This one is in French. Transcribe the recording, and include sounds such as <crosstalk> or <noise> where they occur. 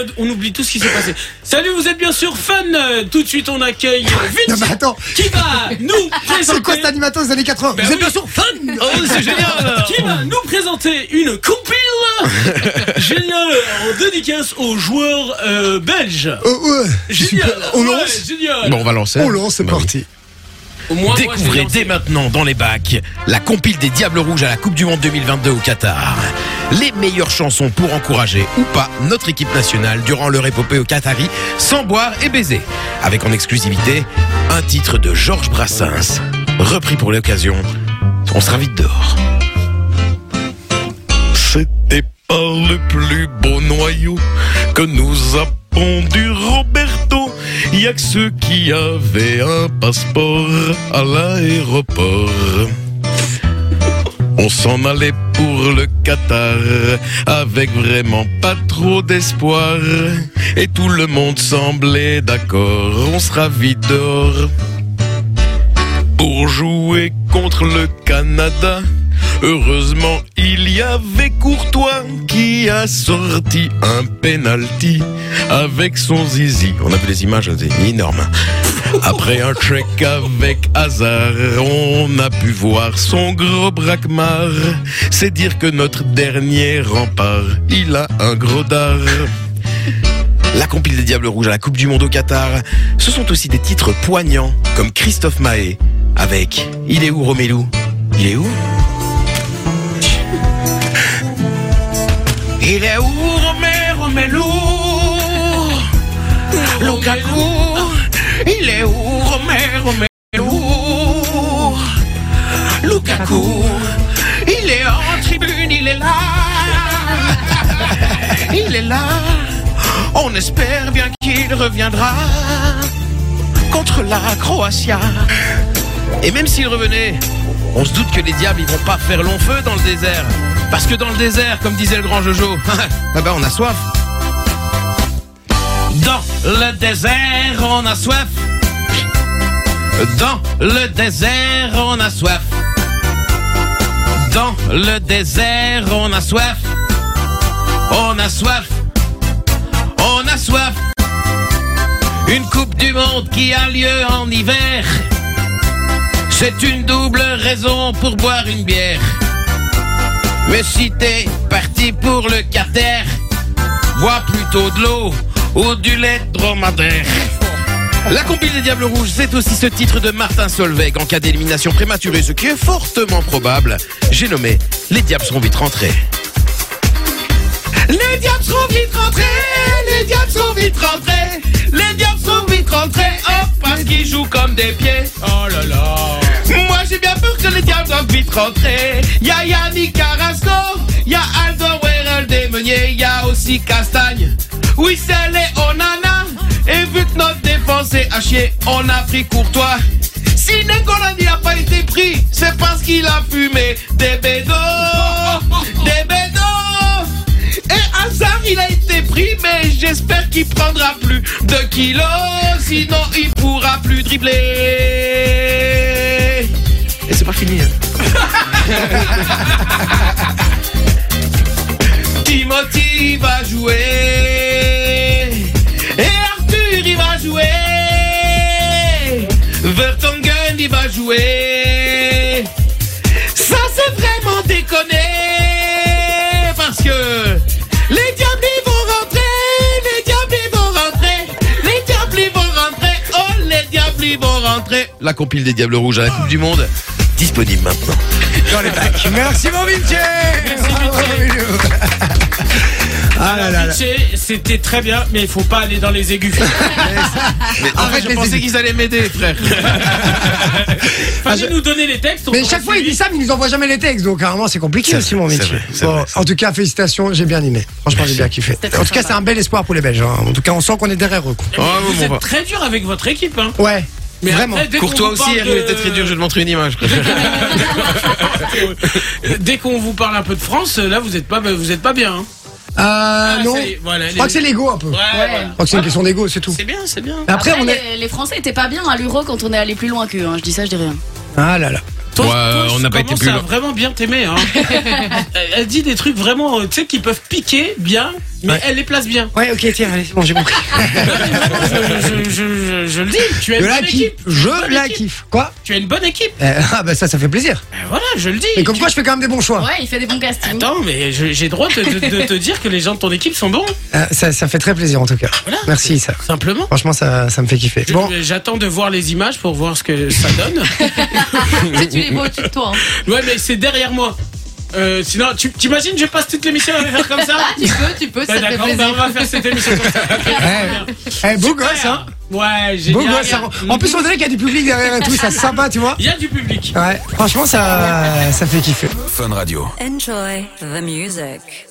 malade, on oublie tout ce qui s'est passé. Salut, vous êtes bien sûr fan. euh, Tout de suite, on accueille Non, Vinci mais attends, qui va nous <laughs> c'est quoi cet présenter. animateur des années 80 Ben Vous êtes oui. bien sûr fan Oh, c'est <laughs> génial Qui va nous présenter une compile <laughs> géniale en dédicace aux joueurs euh, belges. Euh, ouais. Génial Super. On Ouais, lance Génial Bon, on va lancer. Oh On lance, c'est Bah oui. parti. Au moins, moi, je vais Découvrez lancer. dès maintenant dans les bacs la compile des Diables Rouges à la Coupe du Monde 2022 au Qatar. Les meilleures chansons pour encourager ou pas notre équipe nationale durant leur épopée au Qatari sans boire et baiser. Avec en exclusivité un titre de Georges Brassens, repris pour l'occasion. On sera vite dehors. C'était pas le plus beau noyau que nous a pondu Roberto. Y a que ceux qui avaient un passeport à l'aéroport. On s'en allait pour le Qatar avec vraiment pas trop d'espoir. Et tout le monde semblait d'accord, on sera vite dehors. Pour jouer contre le Canada, heureusement il y avait Courtois qui a sorti un penalty avec son zizi. On a vu les images, c'est énorme. Après un check avec hasard, on a pu voir son gros braquemar. C'est dire que notre dernier rempart, il a un gros dard. La compile des Diables Rouges à la Coupe du Monde au Qatar, ce sont aussi des titres poignants, comme Christophe Mahé, avec Il est où Romélou Il est où Il est où Romé, Romélou Lukaku, il est où Romé, Romélou Lukaku, il est en tribune, il est là <laughs> il est là, on espère bien qu'il reviendra contre la Croatie. Et même s'il revenait, on se doute que les diables ils vont pas faire long feu dans le désert. Parce que dans le désert, comme disait le grand Jojo, <laughs> ah ben on a soif. Dans le désert, on a soif. Dans le désert, on a soif. Dans le désert, on a soif. On a soif, on a soif. Une Coupe du Monde qui a lieu en hiver. C'est une double raison pour boire une bière. Mais si t'es parti pour le Qatar, bois plutôt de l'eau ou du lait de dromadaire. La compil des Diables Rouges, c'est aussi ce titre de Martin Solveig en cas d'élimination prématurée, ce qui est fortement probable. J'ai nommé Les Diables seront vite rentrés. Les diables sont vite rentrés, les diables sont vite rentrés, les diables sont vite rentrés, hop, parce qu'ils jouent comme des pieds. Oh là là. Moi j'ai bien peur que les diables doivent vite rentrer. Y'a Yannick Carrasco, y'a Aldo Werel des Meuniers, y'a aussi Castagne. Oui, c'est les Onana. Et vu que notre défense est à chier, on a pris Courtois. Si Nicolas n'a pas été pris, c'est parce qu'il a fumé des bédos, des bédos. Et hasard, il a été pris, mais j'espère qu'il prendra plus de kilos, sinon il pourra plus dribbler. Et c'est pas fini. hein. <laughs> Timothy va jouer. Et Arthur, il va jouer. Vertonghen, il va jouer. Ça, c'est vraiment déconné parce que les diables ils vont rentrer, les diables ils vont rentrer, les diables ils vont rentrer, oh les diables ils vont rentrer. La compile des Diables Rouges à la Coupe du Monde, disponible maintenant. Merci mon Vinci Bravo, Vinci. Ah là Ah, là là. Vinci, C'était très bien, mais il faut pas aller dans les aigus. En fait, Arrête Ah, je les pensais aigus. qu'ils allaient m'aider, frère. Fallait nous donner les textes. on Mais aurait chaque fois il suivi. dit ça, mais il nous envoie jamais les textes, donc rarement c'est compliqué aussi mon Vinci. vrai, c'est Bon, vrai, c'est en tout cas, félicitations, j'ai bien aimé. Franchement, j'ai bien kiffé. C'était très En tout cas, c'est sympa. un bel espoir pour les Belges. hein. En tout cas, on sent qu'on est derrière eux. quoi. Oh, vous bon, êtes bah. très dur avec votre équipe. Hein. Ouais, Mais vraiment. après, dès qu'on Courtois vous aussi, parle hier, de- il était très dur, je vais te montrer une image. Dès qu'on vous parle un peu de France, là, vous êtes pas, vous êtes pas bien. hein. Euh, ça non. y est, Ah, voilà, je crois les- que c'est l'ego un peu. Ouais, Je voilà. crois que c'est une question d'ego, c'est tout. C'est bien, c'est bien. Mais Après, on est. les, les Français étaient pas bien à l'Euro quand on est allé plus loin qu'eux. hein. Je dis ça, je dis rien. Ah là là. Toi, Ouais, toi, on je n'a pas été commence plus à <laughs> loin. vraiment bien t'aimer. Hein. Elle- Elle dit des trucs vraiment, euh, tu sais, qui peuvent piquer bien. mais elle les place <laughs> bien. Ouais, ok, tiens, allez, c'est bon, j'ai compris. Je, je- je- je- je le dis, tu as Je une la bonne kiffe. équipe. Je Bonne la équipe. kiffe. Quoi Tu as une bonne équipe. Euh, Ah, bah ça, ça fait plaisir. Ben voilà, je le dis. Et comme Tu- quoi, je fais quand même des bons choix. Ouais, il fait des bons castings. Attends, mais je- j'ai droit de, de- de te dire que les gens de ton équipe sont bons, Euh, ça, ça fait très plaisir en tout cas. Voilà. Merci, ça. simplement. Franchement, ça, ça me fait kiffer. Je- Bon, J'attends de voir les images pour voir ce que ça donne. Tu sais, tu les vois au-dessus de toi. hein. Ouais, mais c'est derrière moi. Euh, sinon, tu t'imagines, je passe toute l'émission à me faire comme <laughs> ça Ah, tu peux, tu peux, ça Ouais, te fait D'accord, plaisir. bah, on va faire cette émission comme ça. eh, <laughs> beau gosse, hein. Ouais, Beau génial. gosse. ça- En plus, on dirait qu'il y a du public derrière et tout, ça c'est sympa, tu vois. Il y a du public. Ouais, franchement, ça, ça fait kiffer. Enjoy the music.